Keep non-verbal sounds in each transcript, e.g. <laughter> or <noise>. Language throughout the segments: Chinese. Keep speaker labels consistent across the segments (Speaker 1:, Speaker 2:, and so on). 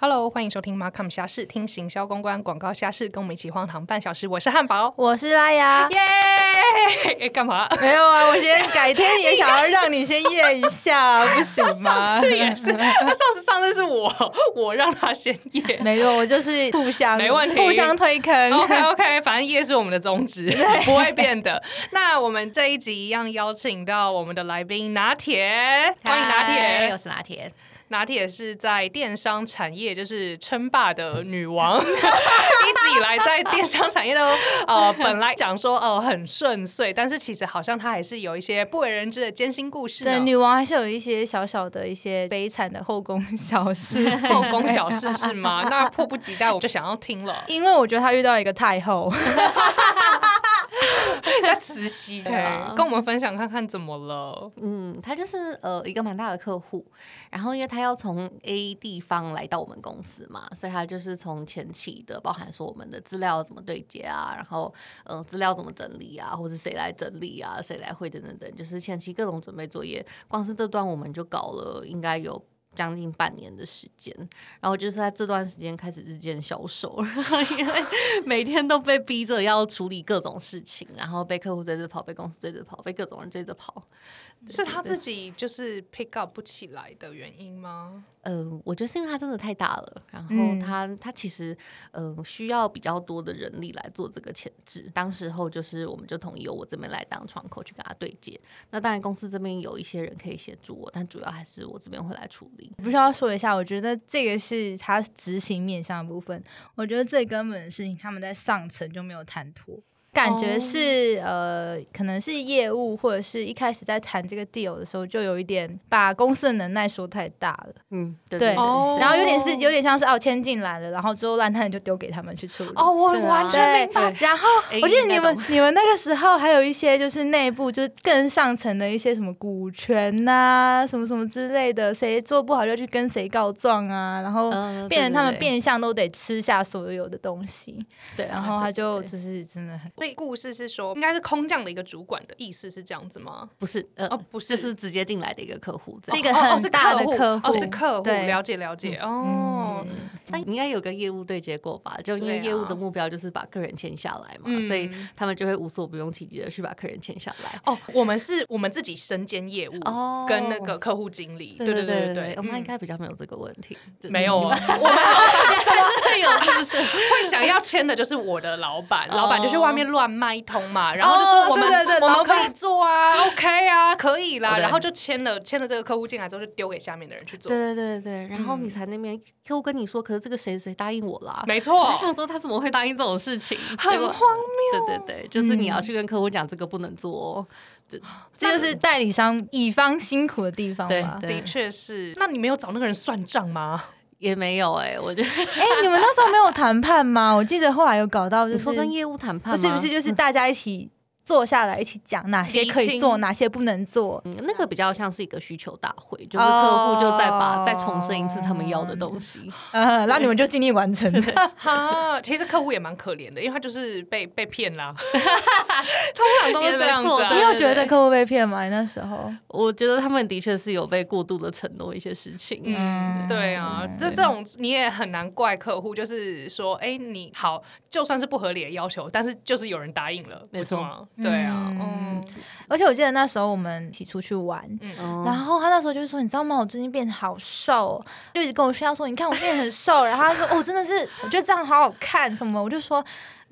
Speaker 1: Hello，欢迎收听 Markham 侠士，听行销公关广告侠士，跟我们一起荒唐半小时。我是汉堡，
Speaker 2: 我是拉雅，
Speaker 1: 耶、诶 <laughs> 干嘛？
Speaker 2: 没有啊，我先改天也想要让你先夜一下，啊 <laughs> 不行吗
Speaker 1: 上？次也
Speaker 2: <laughs>
Speaker 1: 是，他上次上次是我，我让他先
Speaker 2: <laughs>
Speaker 1: 夜。
Speaker 2: 没有，我就是互相
Speaker 1: 没问题
Speaker 2: 互相推坑。
Speaker 1: OK OK，反正夜是我们的宗旨， <laughs> 不会变的。那我们这一集一样邀请到我们的来宾拿铁，欢迎拿
Speaker 3: 嗨我
Speaker 1: 铁。
Speaker 3: 是拿铁。
Speaker 1: 拿铁是在电商产业就是称霸的女王， <laughs> 一直以来在电商产业都 <laughs> 呃本来讲说哦、呃很顺遂，但是其实好像她还是有一些不为人知的艰辛故事
Speaker 2: 对，
Speaker 1: 呢。
Speaker 2: 女王还是有一些小小的一些悲惨的后宫小事情
Speaker 1: 后宫小事是 <laughs> 吗？那迫不及待我就想要听了。
Speaker 2: 因为我觉得她遇到一个太后，
Speaker 1: 在慈禧，对
Speaker 3: 对啊，
Speaker 1: 跟我们分享看看怎么了？
Speaker 3: 嗯，他就是呃一个蛮大的客户，然后因为他要从 A 地方来到我们公司嘛，所以他就是从前期的，包含说我们的资料怎么对接啊，然后嗯、呃资料怎么整理啊，或者谁来整理啊，谁来会等等等，就是前期各种准备作业，光是这段我们就搞了应该有。将近半年的时间，然后就是在这段时间开始日渐消瘦，然后 <laughs> 因为每天都被逼着要处理各种事情，然后被客户追着跑，被公司追着跑，被各种人追着跑，
Speaker 1: 是他自己就是 pick up 不起来的原因吗？
Speaker 3: 呃，我觉得是因为它真的太大了，然后
Speaker 2: 嗯
Speaker 3: 它、它其实嗯、呃需要比较多的人力来做这个前置。当时候就是我们就同意由我这边来当窗口去跟他对接。那当然公司这边有一些人可以协助我，但主要还是我这边会来处理。
Speaker 2: 必须要说一下，我觉得这个是她执行面上的部分。我觉得最根本的事情，他们在上层就没有谈妥，感觉是、
Speaker 1: 哦
Speaker 2: 呃，可能是业务或者是一开始在谈这个 deal 的时候，就有一点把公司的能耐说太大了，
Speaker 3: 嗯，对
Speaker 2: 对
Speaker 3: 对对
Speaker 1: 哦
Speaker 2: 然后有点是有点像是哦签进来了，然后之后烂摊子就丢给他们去处理。
Speaker 1: 哦，我
Speaker 3: 对啊
Speaker 1: 完全
Speaker 2: 对
Speaker 1: 明白。
Speaker 3: 对
Speaker 2: 然后
Speaker 3: 哎
Speaker 2: 我记得
Speaker 3: 应该
Speaker 2: 你们
Speaker 3: 懂
Speaker 2: 你们那个时候还有一些就是内部就是更上层的一些什么股权
Speaker 3: <laughs>
Speaker 2: 呐、什么什么之类的，谁做不好就去跟谁告状啊，然后
Speaker 3: 嗯
Speaker 2: 变成他们
Speaker 3: 对对对
Speaker 2: 变相都得吃下所有的东西，
Speaker 3: 对啊，
Speaker 2: 然后他
Speaker 3: 对
Speaker 2: 就
Speaker 3: 对
Speaker 2: 就是真的很
Speaker 1: 所以故事是说，应该是空降的一个主管的意思是这样子吗？
Speaker 3: 不是呃、
Speaker 1: 哦，不是，
Speaker 3: 就是直接进来的一个客户这
Speaker 2: 是一
Speaker 3: 样。
Speaker 2: 个
Speaker 1: 哦哦
Speaker 2: 很
Speaker 1: 是
Speaker 2: 大的
Speaker 1: 客
Speaker 2: 客
Speaker 1: 哦是客户，
Speaker 2: 对
Speaker 1: 了解了解哦。
Speaker 3: 但你应该有跟业嗯务对接过吧？就因
Speaker 1: 对
Speaker 3: 为
Speaker 1: 啊
Speaker 3: 业务的目标就是把客人签下来嘛，
Speaker 1: 嗯
Speaker 3: 所以他们就会无所不用其极的去把客人签下来。
Speaker 1: 哦，我们是我们自己身兼业务
Speaker 3: 哦，
Speaker 1: 跟那个客户经理，
Speaker 3: 对
Speaker 1: 对
Speaker 3: 对
Speaker 1: 对，
Speaker 3: 我们
Speaker 1: 嗯
Speaker 3: 应该比较没有这个问题，嗯对
Speaker 1: 没有
Speaker 3: 你
Speaker 1: 啊
Speaker 3: 们，
Speaker 1: <laughs> 我们
Speaker 3: 还是有，是不是？
Speaker 1: <laughs> 会想要签的就是我的老板，
Speaker 3: 哦
Speaker 1: 老板就去外面乱卖一通嘛，然后就说
Speaker 2: 哦
Speaker 1: 我们
Speaker 2: 对对对
Speaker 1: 我们
Speaker 2: 老板
Speaker 1: 可以做啊，OK 啊，可以啦，
Speaker 3: 对
Speaker 1: 然后就签了签了这个客户进来之后，就丢给下面的人去做，
Speaker 3: 对对对对，然后你才那边 Q 跟你说，可是这个谁谁答应我啦。
Speaker 1: 没
Speaker 3: 我
Speaker 1: 错
Speaker 3: 就，想说他怎么会答应这种事情，
Speaker 1: 很
Speaker 3: 结果
Speaker 1: 荒
Speaker 3: 对对对，就是你要去跟客户讲这个不能做哦。
Speaker 2: 这就是代理商乙方辛苦的地方 <laughs>
Speaker 3: 对
Speaker 2: 吧。哎
Speaker 3: 对，
Speaker 1: 的确是。那你没有找那个人算账吗？
Speaker 3: 也没有哎，我就
Speaker 2: 哎，你们那时候没有谈判吗？我记得后来有搞到，就
Speaker 3: 你
Speaker 2: 是
Speaker 3: 说跟业务谈判
Speaker 2: 不
Speaker 3: 吗
Speaker 2: 是不是，就是大家一起坐下来一起讲哪些可
Speaker 1: 厘
Speaker 2: 以
Speaker 1: 清
Speaker 2: 做，哪些不能做。
Speaker 3: 嗯那个比较像是一个需求大会，就是客户就再把再重申一次他们要的东西。
Speaker 2: 呃，然后你们就尽力完
Speaker 3: <laughs>
Speaker 2: 成。
Speaker 1: 哈， <laughs> 其实客户也蛮可怜的，因为他就是被被骗啦，通常都是这样子、
Speaker 3: 也没错
Speaker 1: 啊
Speaker 2: <laughs> 你。
Speaker 3: 对
Speaker 2: 有觉得客户被骗吗？你那时候
Speaker 3: 我觉得他们的确是有被过度的承诺一些事情。
Speaker 1: 嗯，对啊，这这种你也很难怪客户，就是说，哎、你好，就算是不合理的要求，但是就是有人答应了，
Speaker 3: 没
Speaker 1: 不是
Speaker 3: 错
Speaker 1: 吗？对啊，嗯，
Speaker 2: 而且我记得那时候我们一起出去玩，
Speaker 3: 嗯
Speaker 2: 然后他那时候就说：“你知道吗？我最近变得好瘦哦。”就一直跟我炫耀说：“你看我变得很瘦。”然后他说：“哦，真的是，我觉得这样好好看什么。”我就说。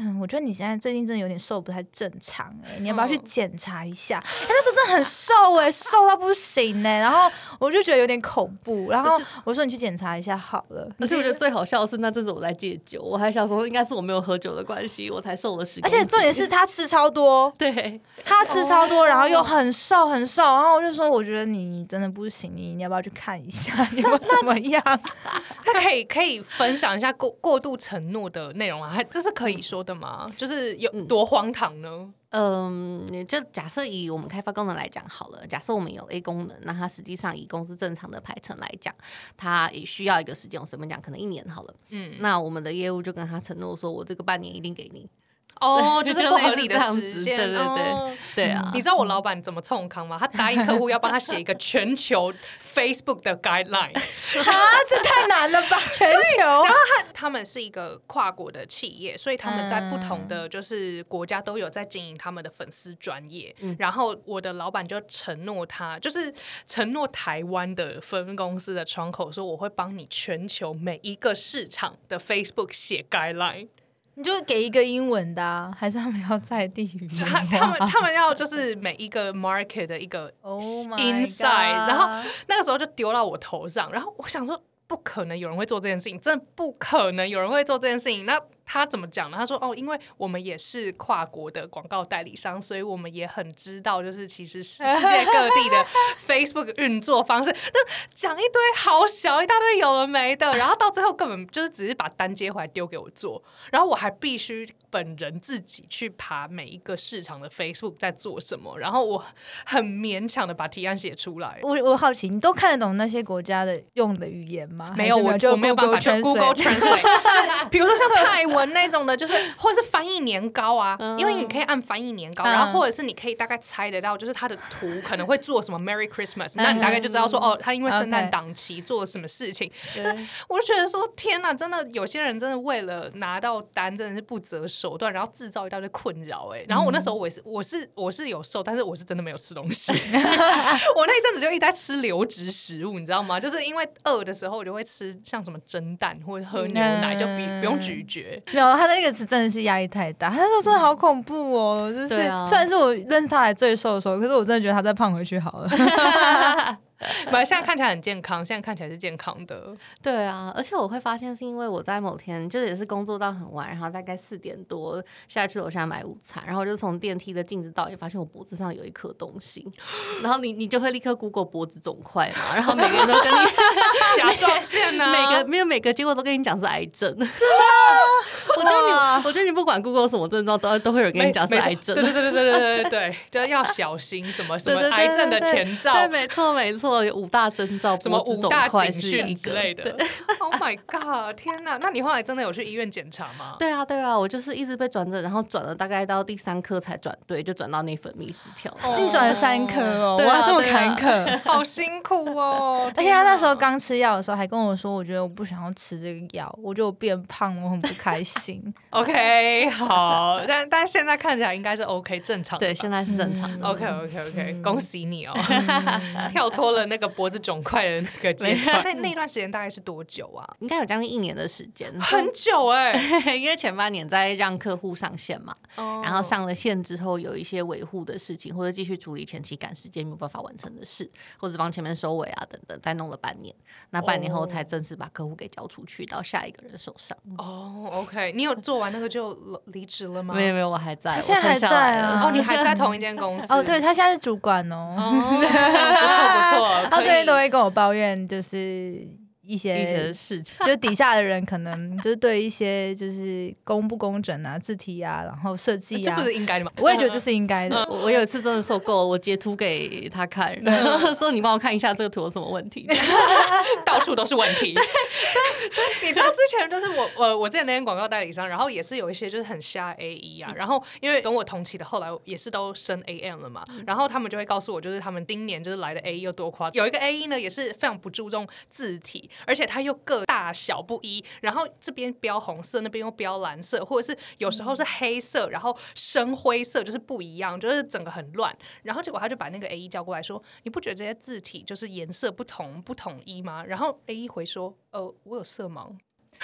Speaker 2: 嗯，我觉得你现在最近真的有点瘦，不太正常哎、你要不要去
Speaker 1: 嗯
Speaker 2: 检查一下？哎、那时候真的很瘦哎、瘦到不行哎、然后我就觉得有点恐怖，然后我说你去检查一下好了。
Speaker 3: 而且我觉得最好笑的是那阵子我在戒酒，我还想说应该是我没有喝酒的关系，我才瘦了十
Speaker 2: 而
Speaker 3: 公斤。
Speaker 2: 且重点是他吃超多，
Speaker 3: <laughs> 对，
Speaker 2: 他吃超多，然后
Speaker 1: 哦
Speaker 2: 又很瘦很瘦，然后我就说，我觉得你真的不行，你你要不要去看一下， <laughs> 你会怎么样？
Speaker 1: 他可以可以分享一下过过度承诺的内容啊，还这是可以说的吗？就是有多荒唐呢？
Speaker 3: 嗯，就假设以我们开发功能来讲好了，假设我们有 A 功能，那它实际上以公司正常的排程来讲，它也需要一个时间，我随便讲，可能一年好了。
Speaker 1: 嗯，
Speaker 3: 那我们的业务就跟他承诺说，我这个半年一定给你。
Speaker 1: 哦，
Speaker 3: 就
Speaker 1: 就是
Speaker 3: 就
Speaker 1: 不
Speaker 3: 类
Speaker 1: 合
Speaker 3: 似
Speaker 1: 理
Speaker 3: 这
Speaker 1: 的
Speaker 3: 样
Speaker 1: 时
Speaker 3: 子
Speaker 1: 间，
Speaker 3: 对对对
Speaker 1: 哦
Speaker 3: 对啊，
Speaker 1: 你知道我老板怎么冲康吗？他答应客户要帮他写一个全球 Facebook 的 guideline，
Speaker 2: 啊，这太难 <laughs> 了吧！全球
Speaker 1: 然后他他们是一个跨国的企业，所以他们在不
Speaker 2: 嗯
Speaker 1: 同的就是国家都有在经营他们的粉丝专业。
Speaker 2: 嗯
Speaker 1: 然后我的老板就承诺他，就是承诺台湾的分公司的窗口，说我会帮你全球每一个市场的 Facebook 写 guideline。
Speaker 2: <laughs>
Speaker 1: <laughs>
Speaker 2: 你就给一个英文的、啊，还是他们要在地语
Speaker 1: 就
Speaker 2: 言
Speaker 1: 他他们他们要就是每一个 market 的一个
Speaker 2: <laughs> Oh my
Speaker 1: inside，、
Speaker 2: God
Speaker 1: 然后那个时候就丢到我头上，然后我想说不可能有人会做这件事情，真的不可能有人会做这件事情。那他怎么讲呢？他说哦，因为我们也是跨国的广告代理商，所以我们也很知道，就是其实世世界各地的 Facebook 运作方式。那讲一堆好小一大堆有的没的，然后到最后根本就是只是把单接回来丢给我做，然后我还必须本人自己去爬每一个市场的 Facebook 在做什么，然后我很勉强的把提案写出来。
Speaker 2: 我我好奇，你都看得懂那些国家的用的语言吗？
Speaker 1: 没有，
Speaker 2: 还是
Speaker 1: 我
Speaker 2: 就
Speaker 1: 我没有办法就
Speaker 2: Google
Speaker 1: Google
Speaker 2: Translate
Speaker 1: Translate，就是比如说像泰文那种的，就是或者是翻译年糕啊，
Speaker 3: 嗯
Speaker 1: 因为你可以按翻译年糕，
Speaker 2: 嗯
Speaker 1: 然后或者是你可以大概猜得到，就是它的图可能会做什么 Merry Christmas，
Speaker 2: 嗯
Speaker 1: 那你大概就知道说哦，他因为圣诞
Speaker 2: OK
Speaker 1: 档期做了什么事情，
Speaker 3: 对
Speaker 1: 我就觉得说，天哪，真的有些人真的为了拿到单，真的是不择手段，然后制造一大堆困扰。哎，然后我那时候我也是，我是我是有瘦，但是我是真的没有吃东西。 <laughs> 我那一阵子就一直在吃流质食物，你知道吗？就是因为饿的时候，我就会吃像什么蒸蛋或者喝牛奶，就比不用咀嚼。
Speaker 2: <laughs> 没有，他那个是真的是压力太大，他那时候真的好恐怖哦，就是、
Speaker 3: 对啊
Speaker 2: 虽然是我认识他还最瘦的时候，可是我真的觉得他再胖回去好了。
Speaker 3: 嗯
Speaker 1: <laughs> 本来现在看起来很健康，现在看起来是健康
Speaker 3: <laughs>
Speaker 1: 的。
Speaker 3: 对啊，而且我会发现是因为我在某天就是也是工作到很晚，然后大概四点多下去楼下买午餐，然后我就从电梯的镜子倒也发现我脖子上有一颗东西，然后你你就会立刻 Google 脖子肿块嘛，然后每个人都跟你
Speaker 1: 甲状腺啊呢、
Speaker 3: 每个没有每个结果都跟你讲是癌症，是吗？ <laughs> 我觉得
Speaker 2: 哇
Speaker 3: 你，我觉得你不管 Google 什么症状，都都会有人跟你讲是
Speaker 1: 没
Speaker 3: 癌症
Speaker 1: 没。错对对对对对对
Speaker 3: <laughs>
Speaker 1: 对，就要小心什么什
Speaker 3: 对
Speaker 1: 么
Speaker 3: 对对
Speaker 1: 癌症的
Speaker 3: 对对
Speaker 1: 前兆
Speaker 3: 对，没错没错，有五大征兆，
Speaker 1: 什么
Speaker 3: 脖子
Speaker 1: 五
Speaker 3: 肿
Speaker 1: 大
Speaker 3: 块
Speaker 1: 警
Speaker 3: 是一
Speaker 1: 讯之
Speaker 3: 个
Speaker 1: 类的。Oh my god！天哪，那你后来真的有去医院检查吗？
Speaker 3: 对啊，对啊，我就是一直被转正，然后转了大概到第三科才转对，就转到内分泌失调。
Speaker 1: 哦
Speaker 2: 你转了三颗哦，
Speaker 3: 对啊
Speaker 2: 哇，这么
Speaker 3: 对
Speaker 2: 坎
Speaker 3: 啊
Speaker 2: 坷。
Speaker 1: 好辛苦
Speaker 3: <laughs>
Speaker 1: 哦！
Speaker 2: <laughs> 而且他那时候
Speaker 1: 天哪
Speaker 2: 刚吃药的时候还跟我说，我觉得我不想要吃这个药，我觉得我变胖了，我很不开心。
Speaker 1: OK 好，但但现在看起来应该是 OK 正常的吧
Speaker 3: 对，现在是正常的。
Speaker 1: OK OK OK，恭喜你 <laughs> 哦，嗯跳脱了那个脖子肿块的那个阶
Speaker 3: 没
Speaker 1: 段。那那段时间大概是多久啊？
Speaker 3: 应该有将近一年的时间，
Speaker 1: <laughs> 很久哎，
Speaker 3: 因为前半年在让客户上线嘛，然
Speaker 1: 然
Speaker 3: 后上了线之后，有一些维护的事情，或者继续处理前期赶时间没有办法完成的事，或者帮前面收尾啊等等，再弄了半年。那半年后
Speaker 1: 哦
Speaker 3: 才正式把客户给交出去到下一个人手上。
Speaker 1: 哦 OK，你有做完那个就离职了吗？
Speaker 3: 没有没有，我还在，
Speaker 2: 他
Speaker 3: 我
Speaker 2: 现在
Speaker 3: 撑
Speaker 2: 还
Speaker 3: 下
Speaker 2: 在
Speaker 3: 来了
Speaker 2: 啊
Speaker 1: 哦，你还
Speaker 3: <laughs>
Speaker 1: 在同一间公 <laughs> 司
Speaker 2: 哦，对，他现在是主管哦，
Speaker 1: 哦，不错不错，
Speaker 2: 他最近都
Speaker 1: 可以
Speaker 2: 会跟我抱怨，就是一些
Speaker 3: 一些事情。
Speaker 2: 就底下的人可能就是对一些就是公不公正啊、字体啊，然后设计
Speaker 1: <laughs> 这
Speaker 2: 啊
Speaker 1: 不，是应该的吗？
Speaker 2: 我也觉得这是应该的。
Speaker 3: 我我有一次真的受够了，我截图给他看，然后 <laughs> 说你帮我看一下这个图有什么问题。
Speaker 1: <laughs> 到处都是问题。你知道之前就是我 <laughs> 呃我我之前那间广告代理商，然后也是有一些就是很瞎 A E 啊，然后因为跟我同期的后来也是都升 A M 了嘛，然后他们就会告诉我，就是他们今年就是来的 A E 又多夸张，有一个 A E 呢也是非常不注重字体，而且它又各大小不一，然后这边标红色，那边又标蓝色，或者是有时候是黑色，然后深灰色就是不一样，就是整个很乱。然后结果他就把那个 A 一叫过来说：“你不觉得这些字体就是颜色不同不统一吗？”然后 A 一回说：“呃，我有色盲。
Speaker 2: 啊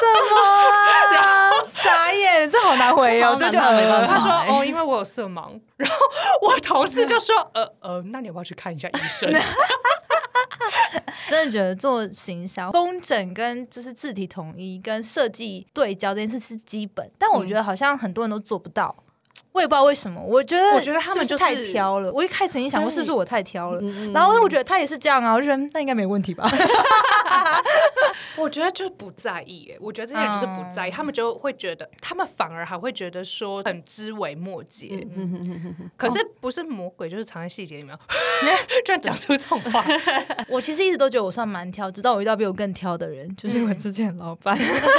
Speaker 2: 什么啊？傻眼，这好难回哦，
Speaker 3: 好
Speaker 2: 这
Speaker 3: 难
Speaker 2: 就
Speaker 3: 办
Speaker 2: <laughs>
Speaker 3: 没办
Speaker 1: 他
Speaker 3: 法
Speaker 1: 说：“
Speaker 3: 哎
Speaker 1: 哦，因为我有色盲。”然后我同事就说：“呃呃，那你要不要去看一下医生
Speaker 2: <laughs> 真的觉得做行销工整跟就是字
Speaker 1: 嗯
Speaker 2: 体统一跟设计对焦这件事是基本，但我觉得好像很多人都做不到。？”我也不知道为什么，我觉得
Speaker 1: 我觉得他们
Speaker 2: 是
Speaker 1: 就是
Speaker 2: 不是太挑了。我一开始曾经想过
Speaker 3: 对
Speaker 2: 是不是我太挑了，
Speaker 3: 嗯嗯
Speaker 2: 然后我觉得他也是这样啊，我就觉得嗯那应该没问
Speaker 1: <laughs>
Speaker 2: 题吧。 <laughs>
Speaker 1: 我觉得就不在意耶，我觉得这些人就是不在意，他们就会觉得，他们反而还会觉得说很枝微末节。
Speaker 3: 嗯哼哼哼哼
Speaker 1: 可是不是魔鬼，就是藏在细节里面， <laughs> 居然讲出这种话。
Speaker 2: 我其实一直都觉得我算蛮挑，直到我遇到比我更挑的人，就是我之前的老板。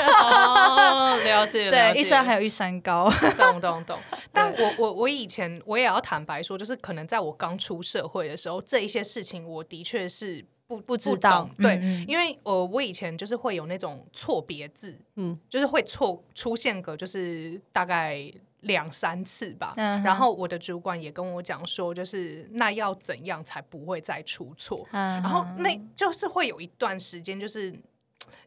Speaker 1: 哦，了嗯解，了
Speaker 2: 对，
Speaker 1: 解
Speaker 2: 一山还有一山高。
Speaker 1: 懂懂懂。但我我我以前我也要坦白说，就是可能在我刚出社会的时候，这一些事情我的确是不不
Speaker 2: 知道
Speaker 1: 懂对，
Speaker 2: 嗯嗯
Speaker 1: 因为呃，我以前就是会有那种错别字，
Speaker 3: 嗯
Speaker 1: 嗯，就是会错出现个就是大概。两三次吧，
Speaker 2: 嗯哼
Speaker 1: 然后我的主管也跟我讲说，就是那要怎样才不会再出错？
Speaker 2: 然
Speaker 1: 然后那
Speaker 2: 嗯
Speaker 1: 就是会有一段时间，就是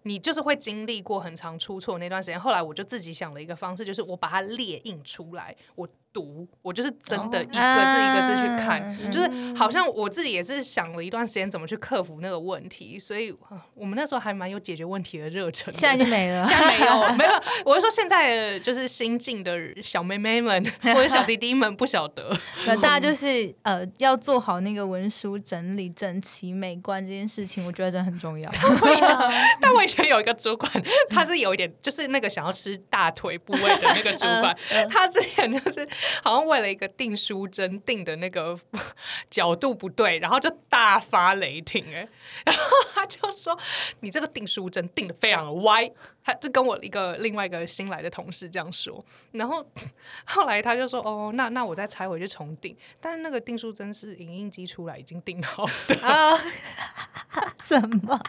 Speaker 1: 你就是会经历过很长出错那段时间。后来我就自己想了一个方式，就是我把它列印出来，我读，我就是真的一个字一个字去看，
Speaker 2: 哦嗯
Speaker 1: 就是好像我自己也是想了一段时间怎么去克服那个问题。所以啊我们那时候还蛮有解决问题的热忱的。
Speaker 2: 现在就没
Speaker 1: <laughs>
Speaker 2: 了。
Speaker 1: 现在没有，没有。我是说，现在就是新进的小妹妹
Speaker 2: <laughs>
Speaker 1: 们或者小弟弟们不晓得，
Speaker 2: 那大家就是呃，要做好那个文书整理、整齐、美观这件事情，我觉得真的很重要。 <laughs>
Speaker 1: <laughs> 但我以前有一个主管，他是有一点，就是那个想要吃大腿部位的那个主管， <laughs> 他之前就是好像为了一个订书针订的那个 <laughs> 角度不对，然后就大发雷霆哎、然后他就说你这个订书针订的非常的歪，他就跟我一个另外一个新来的同事这样说，然后 <laughs> 后来他就说哦，那那我再拆回去重订，但是那个订书针是影印机出来已经订好的。
Speaker 2: 啊，什么？ <laughs>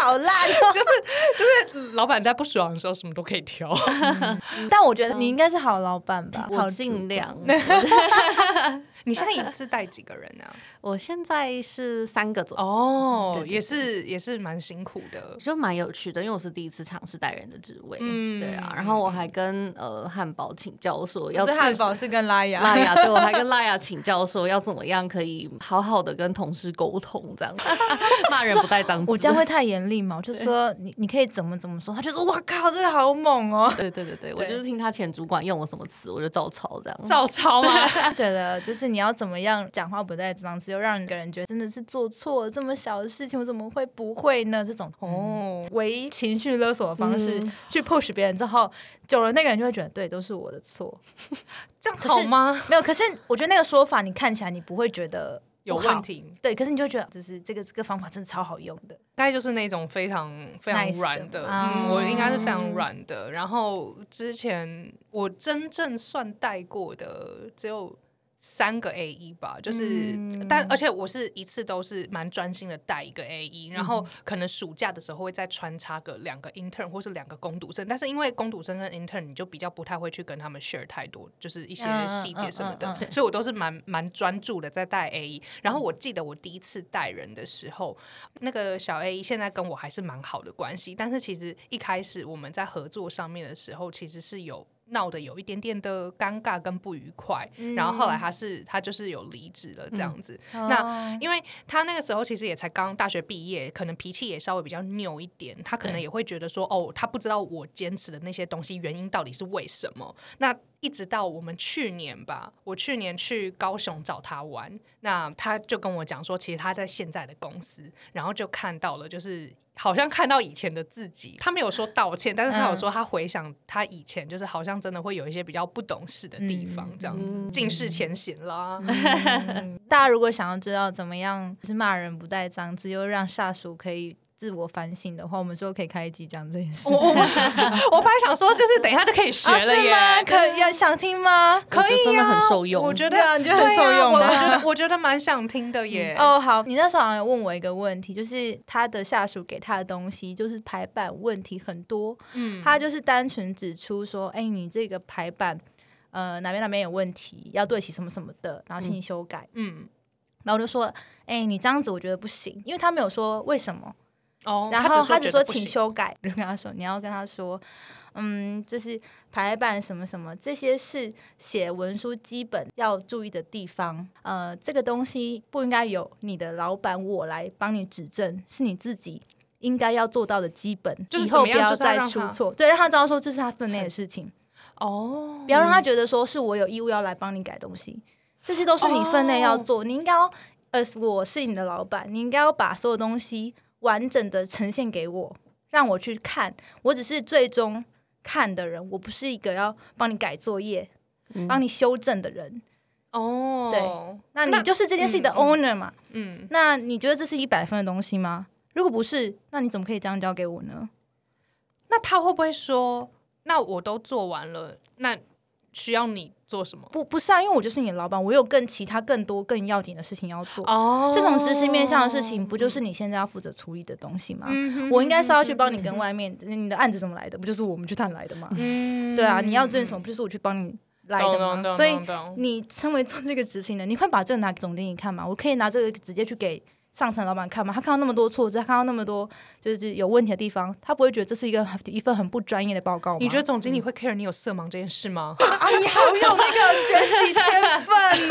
Speaker 2: 好烂哦！
Speaker 1: <laughs> 就是就是老板在不爽的时候，什么都可以挑。
Speaker 2: <laughs> 但我觉得你应该是好老板吧？好
Speaker 3: 我尽量。
Speaker 1: 你现在一次带几个人啊？
Speaker 3: 我现在是三个左
Speaker 1: <laughs>
Speaker 3: 右，
Speaker 1: 哦
Speaker 3: 对，对
Speaker 1: 也是也是蛮辛苦的。
Speaker 3: 就蛮有趣的，因为我是第一次尝试带人的职位，
Speaker 1: 嗯
Speaker 3: 对啊。然后我还跟呃汉堡请教说要
Speaker 2: 不是
Speaker 3: 自
Speaker 2: 汉堡，是跟拉雅。 <laughs>
Speaker 3: 拉雅，对我还跟拉雅请教说要怎么样可以好好的跟同事沟通，这样 <laughs> 骂人不带脏字。。
Speaker 2: 我这样会太严厉嘛？我就说你你可以怎么怎么说，他就说哇靠，这个好猛哦 <laughs>
Speaker 3: 对对对对，我就是听他前主管用了什么词，我就照抄这样。
Speaker 1: 照抄啊吗？
Speaker 2: 他觉得就是你要怎么样讲话不带脏字，又让一个人觉得真的是做错了这么小的事情，我怎么会不会呢？这种
Speaker 1: 哦，
Speaker 2: 为情绪勒索的方式、
Speaker 1: 嗯
Speaker 2: 去 push 别人之后，久了那个人就会觉得对，都是我的
Speaker 1: <laughs>
Speaker 2: 错。
Speaker 1: 这样
Speaker 2: 可是
Speaker 1: 好吗？
Speaker 2: 没有，可是我觉得那个说法你看起来你不会觉得
Speaker 1: 有
Speaker 2: 不好
Speaker 1: 问，题，
Speaker 2: 对，可是你就会觉得就是这个这个方法真的超好用的。
Speaker 1: 大概就是那种非常非常
Speaker 2: Nice 的
Speaker 1: 软的，
Speaker 2: 哦
Speaker 1: 嗯，我应该是非常软的。然后之前我真正算带过的只有三个 A 一吧，就是，
Speaker 2: 嗯
Speaker 1: 但而且我是一次都是蛮专心的带一个 A 一，然
Speaker 2: 嗯
Speaker 1: 后可能暑假的时候会再穿插个两个 intern 或是两个工读生，但是因为工读生跟 intern 你就比较不太会去跟他们 share 太多，就是一些
Speaker 2: 嗯嗯
Speaker 1: 细节什么的，
Speaker 2: 嗯嗯嗯
Speaker 1: 所以我都是蛮蛮专注的在带 A 一。然后我记得我第一次带人的时候，那个小 A E 现在跟我还是蛮好的关系，但是其实一开始我们在合作上面的时候，其实是有闹得有一点点的尴尬跟不愉快，
Speaker 2: 嗯
Speaker 1: 然后后来他是他就是有离职了这样子，
Speaker 2: 哦
Speaker 1: 那因为他那个时候其实也才刚大学毕业，可能脾气也稍微比较拗一点，他可能
Speaker 3: 对
Speaker 1: 也会觉得说，哦，他不知道我坚持的那些东西原因到底是为什么。那一直到我们去年吧，我去年去高雄找他玩，那他就跟我讲说，其实他在现在的公司，然后就看到了，就是好像看到以前的自己。他没有说道歉，但是他有说他回想他以前，就是好像真的会有一些比较不懂事的地方，这样子，尽释前嫌啦。
Speaker 2: 大家如果想要知道怎么样就是骂人不带脏字，又让下属可以自我反省的话，我们之后可以开一集讲这件事
Speaker 1: 我。我 <laughs> 我本来想说，就是等一下就可以学
Speaker 2: 啊，
Speaker 1: 了
Speaker 2: 是
Speaker 1: 耶。
Speaker 2: 吗？可要想听吗？
Speaker 1: 可
Speaker 3: 我觉
Speaker 1: 以、
Speaker 3: 得
Speaker 1: 啊，
Speaker 3: 真的很受用
Speaker 1: 我觉得
Speaker 2: 对啊你觉得很
Speaker 1: 对啊
Speaker 2: 受用
Speaker 1: 我
Speaker 2: 吗
Speaker 1: 我觉得我觉得蛮想听的耶。
Speaker 2: 哦，好，你那时候好像有问我一个问题，就是他的下属给他的东西，就是排版问题很多，
Speaker 1: 嗯，
Speaker 2: 他就是单纯指出说，哎、你这个排版，呃，哪边哪边有问题，要对齐什么什么的，然后请你修改。
Speaker 1: 嗯，
Speaker 2: 然后我就说，哎、你这样子我觉得不行，因为他没有说为什么，
Speaker 1: 哦，
Speaker 2: 然后
Speaker 1: 他
Speaker 2: 他
Speaker 1: 说
Speaker 2: 只说
Speaker 1: 觉得不
Speaker 2: 请
Speaker 1: 行，
Speaker 2: 修改， <laughs> 我就跟他说你要跟他说，嗯，就是排版什么什么，这些是写文书基本要注意的地方。呃，这个东西不应该由你的老板我来帮你指正，是你自己。应该要做到的基本，
Speaker 1: 就是
Speaker 2: 以
Speaker 1: 怎
Speaker 2: 后
Speaker 1: 么
Speaker 2: 不
Speaker 1: 样就
Speaker 2: 要
Speaker 1: 是要
Speaker 2: 再
Speaker 1: 让
Speaker 2: 出
Speaker 1: 他
Speaker 2: 错。对，让他知道说这是他分内的事情。
Speaker 1: 哦嗯
Speaker 2: 不要让他觉得说是我有义务要来帮你改东西，这些都是你分内要做。你应该要，呃，我是你的老板，你应该要把所有东西完整的呈现给我，让我去看。我只是最终看的人，我不是一个要帮你改作业、
Speaker 3: 嗯
Speaker 2: 帮你修正的人。
Speaker 1: 哦，
Speaker 2: 对那你就是这件事情的
Speaker 1: 嗯嗯
Speaker 2: owner 嘛？
Speaker 1: 嗯，
Speaker 2: 那你觉得这是一百分的东西吗？如果不是，那你怎么可以这样交给我呢？
Speaker 1: 那他会不会说，那我都做完了，那需要你做什么？
Speaker 2: 不，不是啊，因为我就是你的老板，我有更其他更多更要紧的事情要做。
Speaker 1: 哦
Speaker 2: 这种执行面向的事情，不就是你现在要负责处理的东西吗？
Speaker 1: 嗯
Speaker 2: 我应该是要去帮你跟外面，你的案子怎么来的？不就是我们去探来的吗？
Speaker 1: 嗯
Speaker 2: 对啊，你要做什么，不就是我去帮你来的
Speaker 1: 懂懂
Speaker 2: 吗？
Speaker 1: 懂
Speaker 2: 所以
Speaker 1: 懂懂
Speaker 2: 你身为做这个执行的，你快把这个拿给总经理看嘛？我可以拿这个直接去给上层老板看吗？他看到那么多错字，他看到那么多就是有问题的地方，他不会觉得这是一个一份很不专业的报告吗？
Speaker 1: 你觉得总经
Speaker 2: 嗯
Speaker 1: 理会 care 你有色盲这件事吗？
Speaker 2: 啊？你好有那个学习天 分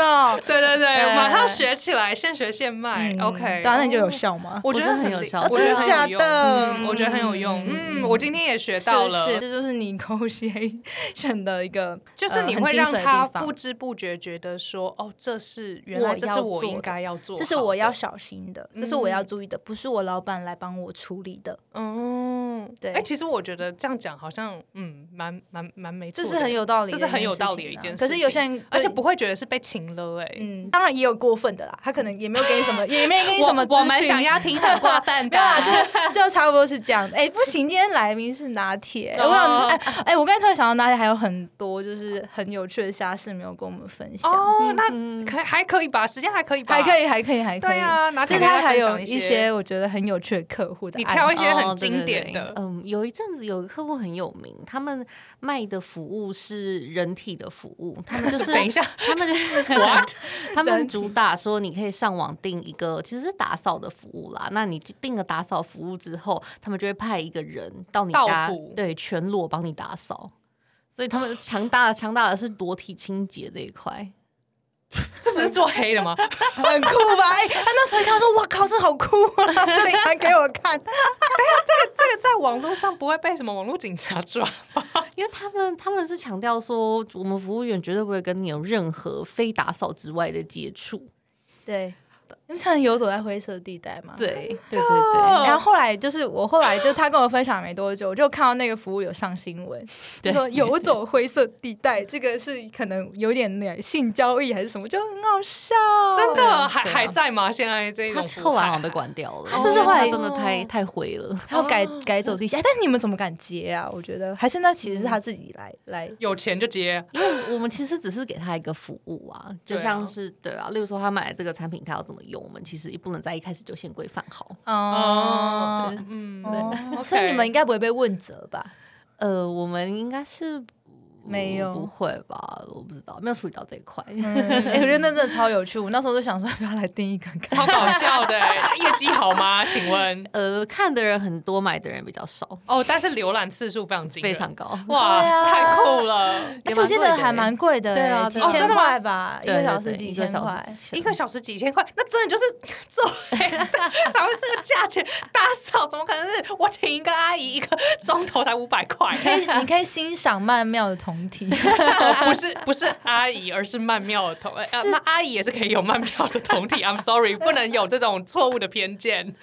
Speaker 1: <laughs>
Speaker 2: 哦
Speaker 1: <laughs> ！对对对，
Speaker 2: 哎
Speaker 1: 马上学起来，现学现卖。
Speaker 2: 嗯
Speaker 1: OK，哦
Speaker 2: 当然那就有效 <laughs> 吗？
Speaker 1: 我觉
Speaker 3: 我觉
Speaker 1: 得
Speaker 3: 得很有
Speaker 1: 厉
Speaker 3: 效
Speaker 1: 我觉得很
Speaker 2: 真的假
Speaker 1: 有用
Speaker 2: 的
Speaker 1: 嗯我觉得很有用。嗯，我今天也学
Speaker 2: 是
Speaker 1: 到
Speaker 2: 不
Speaker 1: 了
Speaker 2: 是，，这就是你 <laughs> negotiation 的一个，
Speaker 1: 就是你
Speaker 2: 呃很
Speaker 1: 会
Speaker 2: 精
Speaker 1: 让
Speaker 2: 髓的地
Speaker 1: 他
Speaker 2: 方
Speaker 1: 不知不觉觉得说，哦，这是原
Speaker 2: 我
Speaker 1: 来这是
Speaker 2: 要
Speaker 1: 我
Speaker 2: 做
Speaker 1: 应
Speaker 2: 的
Speaker 1: 该要做好的，
Speaker 2: 这是我要小心的，这是我要
Speaker 1: 嗯
Speaker 2: 注意的，不是我老板来帮我处理的，
Speaker 1: 嗯，
Speaker 2: 对
Speaker 1: 哎，其实我觉得这样讲好像嗯，蛮蛮蛮没错
Speaker 2: 这
Speaker 1: 的，
Speaker 2: 是很有道理
Speaker 1: 这
Speaker 2: 的一件事情啊，
Speaker 1: 是很有道理的一件事情
Speaker 2: 可是有些人就，
Speaker 1: 而且不会觉得是被请了哎。
Speaker 2: 嗯，当然也有过分的啦，他可能也没有给你什么，也没有给你
Speaker 1: 我
Speaker 2: 什么
Speaker 1: 我
Speaker 2: 资
Speaker 1: 们
Speaker 2: 讯
Speaker 1: 想要听八卦饭
Speaker 2: 没有啦，
Speaker 1: 的， <laughs>
Speaker 2: 就就差不多是这样。哎、不行，今天来宾是拿铁。
Speaker 1: 哦
Speaker 2: 我想，哎、哎、我刚才突然想到，拿铁还有很多就是很有趣的虾事没有跟我们分享，
Speaker 1: 哦，那可还可以吧，时间还可以吧，
Speaker 2: 嗯还可以，还可以，还可以。
Speaker 1: 对啊，拿
Speaker 2: 就
Speaker 1: 起
Speaker 2: 是
Speaker 1: 来
Speaker 2: 他
Speaker 1: 再
Speaker 2: 还
Speaker 1: 分
Speaker 2: 有
Speaker 1: 享
Speaker 2: 一
Speaker 1: 些，
Speaker 2: 些我觉得很有趣的客户的案
Speaker 1: 你
Speaker 2: 子，
Speaker 1: 挑一些
Speaker 3: 哦
Speaker 1: 很
Speaker 3: 对
Speaker 1: 经
Speaker 3: 对
Speaker 1: 典
Speaker 3: 对
Speaker 1: 的，
Speaker 3: 嗯，有一阵子有个客户很有名，他们卖的服务是人体的服务，
Speaker 1: <laughs>
Speaker 3: 他们就是
Speaker 1: 等一下，
Speaker 3: 他们
Speaker 1: <laughs>
Speaker 3: <laughs>
Speaker 1: What？
Speaker 3: 他
Speaker 2: 人
Speaker 3: 们
Speaker 2: 体
Speaker 3: 主打说你可以上网订一个，其实是打扫的服务啦。那你订了打扫服务之后，他们就会派一个人到你
Speaker 1: 到
Speaker 3: 家
Speaker 1: 府，
Speaker 3: 对，全裸帮你打扫。所以
Speaker 1: <laughs>
Speaker 3: 他们强大的强大的是裸体清洁这一块，
Speaker 1: 这不是做黑的
Speaker 2: <laughs>
Speaker 1: 吗？
Speaker 2: <laughs> 很酷吧？哎、他那时候一看说，哇靠，这好酷啊！就你拿给我
Speaker 3: <laughs>
Speaker 2: 看，
Speaker 1: 这个在网络上不会被什么网络警察抓，
Speaker 3: 因为他们他们是强调说，我们服务员绝对不会跟你有任何非打扫之外的接触。
Speaker 2: 对。你们现在游走在灰色地带吗？
Speaker 3: 对对对对，
Speaker 1: 哦
Speaker 2: 然后后来就是我后来就他跟我分享没多久，我就看到那个服务有上新闻，就
Speaker 3: 对
Speaker 2: 说游走灰色地带，这个是可能有点那性交易还是什么，就很好笑。
Speaker 1: 真的哦还
Speaker 3: 对啊
Speaker 1: 还在吗？现在这一
Speaker 3: 他
Speaker 1: 种服务哦
Speaker 3: 后来好
Speaker 1: 还
Speaker 3: 像被关掉了，
Speaker 2: 他
Speaker 3: 因
Speaker 2: 是不是
Speaker 3: 为
Speaker 2: 后来
Speaker 3: 他真的太太灰了？
Speaker 2: 他要
Speaker 3: 哦
Speaker 2: 改改走地下，哎但是你们怎么敢接啊？我觉得还是那其实是
Speaker 3: 嗯
Speaker 2: 他自己来来，
Speaker 1: 有钱就接，
Speaker 3: 因为我们其实只是给他一个服务啊，就
Speaker 1: 对啊
Speaker 3: 像是对啊，例如说他买这个产品，他要怎么用，我们其实也不能在一开始就先规范好。
Speaker 1: 哦
Speaker 2: 对
Speaker 1: <laughs> 嗯，
Speaker 2: 哦
Speaker 1: OK
Speaker 2: 所以你们应该不会被问责吧？
Speaker 3: 呃，我们应该是
Speaker 2: 没有
Speaker 3: 不会吧？我不知道，没有处理到这一块。
Speaker 1: 嗯
Speaker 2: <laughs> 哎，我觉得那真的超有趣，我那时候就想说不要来定一个 <laughs>
Speaker 1: 超
Speaker 2: 看。
Speaker 1: 搞笑的，欸 <laughs> 业绩好吗？请问
Speaker 3: <laughs> 呃，看的人很多，买的人比较少，
Speaker 1: 哦，但是浏览次数非常惊人，
Speaker 3: 非常高。
Speaker 1: 哇，
Speaker 2: 对啊
Speaker 1: 太酷了！
Speaker 2: 而且哎我记得还
Speaker 3: 也
Speaker 2: 蛮
Speaker 3: 蛮
Speaker 2: 贵的，
Speaker 3: 的对啊
Speaker 2: 几
Speaker 3: 对啊
Speaker 1: 哦
Speaker 2: 千
Speaker 1: 真的吗
Speaker 2: 块吧，一
Speaker 3: 对
Speaker 2: 个小
Speaker 3: 对
Speaker 2: 时
Speaker 3: 对
Speaker 2: 几
Speaker 3: 一个
Speaker 2: 千
Speaker 3: 小时
Speaker 2: 块
Speaker 3: 几。千
Speaker 1: 一个小时几千块，那真的就是做黑的，咱们这个价钱打扫，怎么可能是我请一个阿姨一个钟头才五百块？
Speaker 2: 可以，你可以欣赏曼妙的酮体。
Speaker 1: 不是不是阿姨，而是曼妙的同，呃，呃那阿姨也是可以有曼妙的同体。I'm sorry，不能有这种错误的偏见。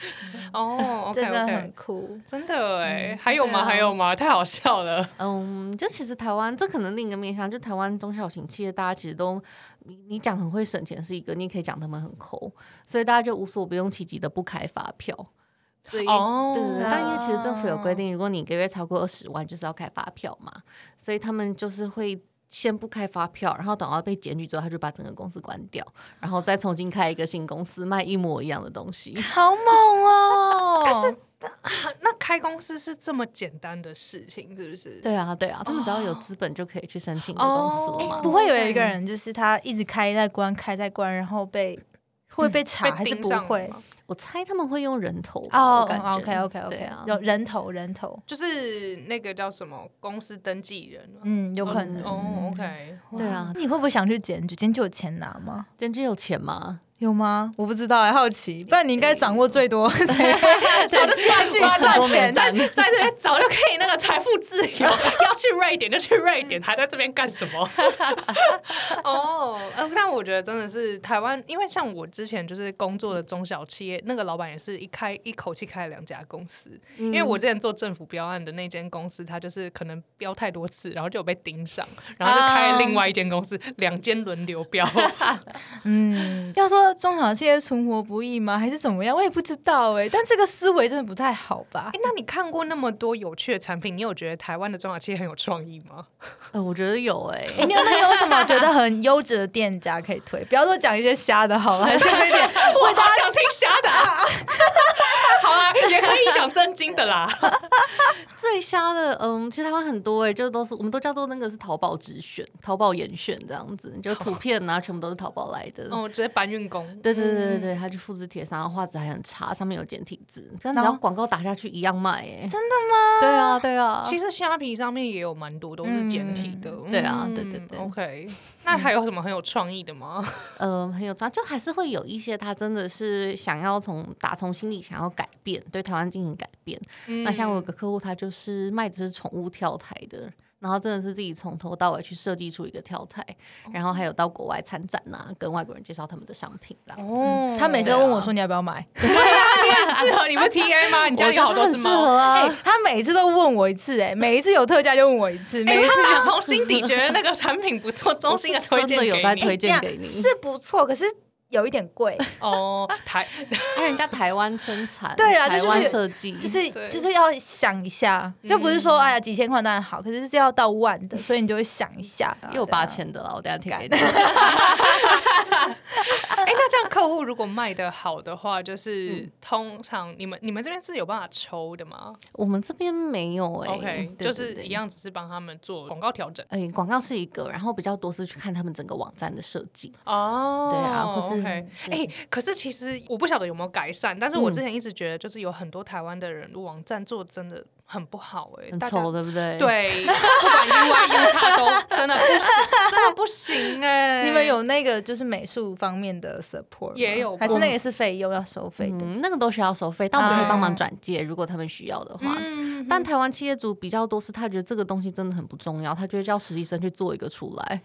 Speaker 1: 哦，OK
Speaker 2: 这真的很
Speaker 1: OK，
Speaker 2: 酷。
Speaker 1: 真的哎，还有吗？
Speaker 3: 对啊
Speaker 1: 还有吗？太好笑了。
Speaker 3: 嗯，就其实台湾这可能另一个面向，就台湾中小型企业，大家其实都你你讲很会省钱是一个，你也可以讲他们很抠，所以大家就无所不用其极的不开发票。所以
Speaker 1: 哦
Speaker 3: 对对对，但因为其实政府有规
Speaker 2: 哦
Speaker 3: 定，如果你一个月超过二十万，就是要开发票嘛，所以他们就是会先不开发票，然后等到被检举之后，他就把整个公司关掉，然后再重新开一个新公司卖一模一样的东西。 <laughs>
Speaker 2: 好猛哦！但是
Speaker 1: 那开公司是这么简单的事情，是不是？
Speaker 3: 对啊，对啊，他们只要有资本就可以去申请一个公司了嘛。
Speaker 2: 不会有一个人就是他一直开在关，开在关，然后被会被
Speaker 1: <laughs>
Speaker 2: 查、
Speaker 1: 被
Speaker 2: 还是
Speaker 1: 盯
Speaker 2: 不
Speaker 1: 上了
Speaker 2: 会？
Speaker 1: 吗
Speaker 3: 我猜他们会用人头吧
Speaker 2: 哦
Speaker 3: 我感觉
Speaker 2: ，OK OK
Speaker 3: 对
Speaker 2: OK，
Speaker 3: 啊，
Speaker 2: 有人头人头，
Speaker 1: 就是那个叫什么公司登记人吗
Speaker 2: 嗯，有可能。
Speaker 1: 哦，OK，
Speaker 3: 对啊
Speaker 2: 哇，你会不会想去检举？检举有钱拿吗？
Speaker 3: 真正有钱吗？
Speaker 2: 有吗？我不知道、欸，好奇。不然你应该掌握最多， <laughs> 谁
Speaker 1: 早就赚进
Speaker 3: 我什么
Speaker 1: 赚
Speaker 3: 都没
Speaker 1: 钱，在
Speaker 3: 干
Speaker 1: 在这边早就可以那个财富自由，要去瑞典就去瑞典，还在这边干什么？ <laughs> 哦，呃，但我觉得真的是台湾，因为像我之前就是工作的中小企业，那个老板也是一开一口气开了两家公司，因为我之前做政府标案的那间公司，它就是可能标太多次，然后就有被盯上，然后就开另外一间公司，两间轮流标。
Speaker 2: 嗯，要说中小企业存活不易吗？还是怎么样？我也不知道哎、但这个思维真的不太好吧
Speaker 1: <laughs>
Speaker 2: <laughs>
Speaker 1: 哎？，那你看过那么多有趣的产品，你有觉得台湾的中小企业很有创意吗？
Speaker 3: 呃，我觉得有哎、
Speaker 2: 哎、你有没有什么觉得很优质的店家可以推？不要说讲一些瞎的 <laughs> 好了，还是有一点
Speaker 1: <laughs> 我好想听瞎的、啊。 <laughs> 好啦，也可以讲真经的啦。
Speaker 3: 最瞎的，嗯，其实台湾很多哎、就都是我们都叫做那个是淘宝直选、淘宝严选这样子，就图片啊，全部都是淘宝来的。
Speaker 1: <laughs> 哦，直接搬运工。
Speaker 3: 对对对
Speaker 2: 嗯
Speaker 3: 对对，它就复制贴上，然后画质还很差，上面有简体字，但只
Speaker 2: 然
Speaker 3: 要
Speaker 2: 后
Speaker 3: 广告打下去一样卖哎、
Speaker 2: 真的吗？
Speaker 3: 对啊对啊，
Speaker 1: 其实虾皮上面也有蛮多都是简体的，嗯
Speaker 3: 对啊对对对
Speaker 1: OK，那还有什么很有创意的吗？
Speaker 3: 嗯，很有差，就还是会有一些他真的是想要从打从心里想要改变，对台湾进行改变。嗯那像我有个客户，他就是卖的是宠物跳台的。然后真的是自己从头到尾去设计出一个跳台，然后还有到国外参展呐、跟外国人介绍他们的商品啦。嗯
Speaker 1: 哦
Speaker 2: 他每次都问我说你要不要买，
Speaker 3: <laughs>
Speaker 1: 对啊，你很适合，你不是 TA 吗？你
Speaker 3: 我
Speaker 1: 家
Speaker 3: 觉
Speaker 1: 里有好
Speaker 3: 得他
Speaker 1: 多
Speaker 3: 很
Speaker 1: 只
Speaker 3: 适
Speaker 1: 猫。
Speaker 3: 合啊
Speaker 2: <laughs> 哎、，他每次都问我一次、哎，每一次有特价就问我一次，
Speaker 1: 哎、
Speaker 2: 每一次
Speaker 3: <laughs>
Speaker 1: 他打从心底觉得那个产品不错，衷心的推荐
Speaker 3: 真的
Speaker 1: 给
Speaker 3: 有在
Speaker 1: 你
Speaker 3: 推荐给你
Speaker 2: 哎这样是不错，可是有一点贵，
Speaker 1: 哦，台
Speaker 3: 哎，人家台湾生产，
Speaker 2: 对啊就
Speaker 3: 台
Speaker 2: 是
Speaker 3: 湾设计，
Speaker 2: 就是
Speaker 1: 对嗯
Speaker 2: 就是要想一下，就不是说哎呀几千块当然好，可是是要到万的，所以你就会想一下。啊
Speaker 3: 又八千的了，我等一下贴给你。
Speaker 1: 哎、那这样客户如果卖的好的话，就是、
Speaker 3: 嗯
Speaker 1: 通常你们你们这边是有办法抽的吗
Speaker 3: <laughs> 我们这边没有哎
Speaker 1: ？OK，
Speaker 3: 对
Speaker 1: 就是
Speaker 3: 对对
Speaker 1: 一样，只是帮他们做广告调整
Speaker 3: 哎，广告是一个，然后比较多是去看他们整个网站的设计。
Speaker 1: 哦
Speaker 3: 对啊或是
Speaker 1: OK，哎、
Speaker 3: 对
Speaker 1: 可是其实我不晓得有没有改善，但是我
Speaker 3: 嗯
Speaker 1: 之前一直觉得，就是有很多台湾的人网站做得真的很不好、哎，
Speaker 3: 很
Speaker 1: 大
Speaker 3: 丑，
Speaker 1: 家。
Speaker 3: 对不对？，
Speaker 1: 对，不管 U I U 叉都真的不行，真的不行哎、
Speaker 3: <laughs>
Speaker 2: 你们有那个就是美术方面的 support 吗
Speaker 1: 也有吧
Speaker 2: 还是那个是费用要收费的？ <laughs>
Speaker 3: 嗯，那个都需要收费，但我们可以帮忙
Speaker 2: 嗯
Speaker 3: 转介，如果他们需要的话。
Speaker 1: 哎嗯，
Speaker 3: 但台湾企业主比较多是，他觉得这个东西真的很不重要，他就会叫实习生去做一个出来，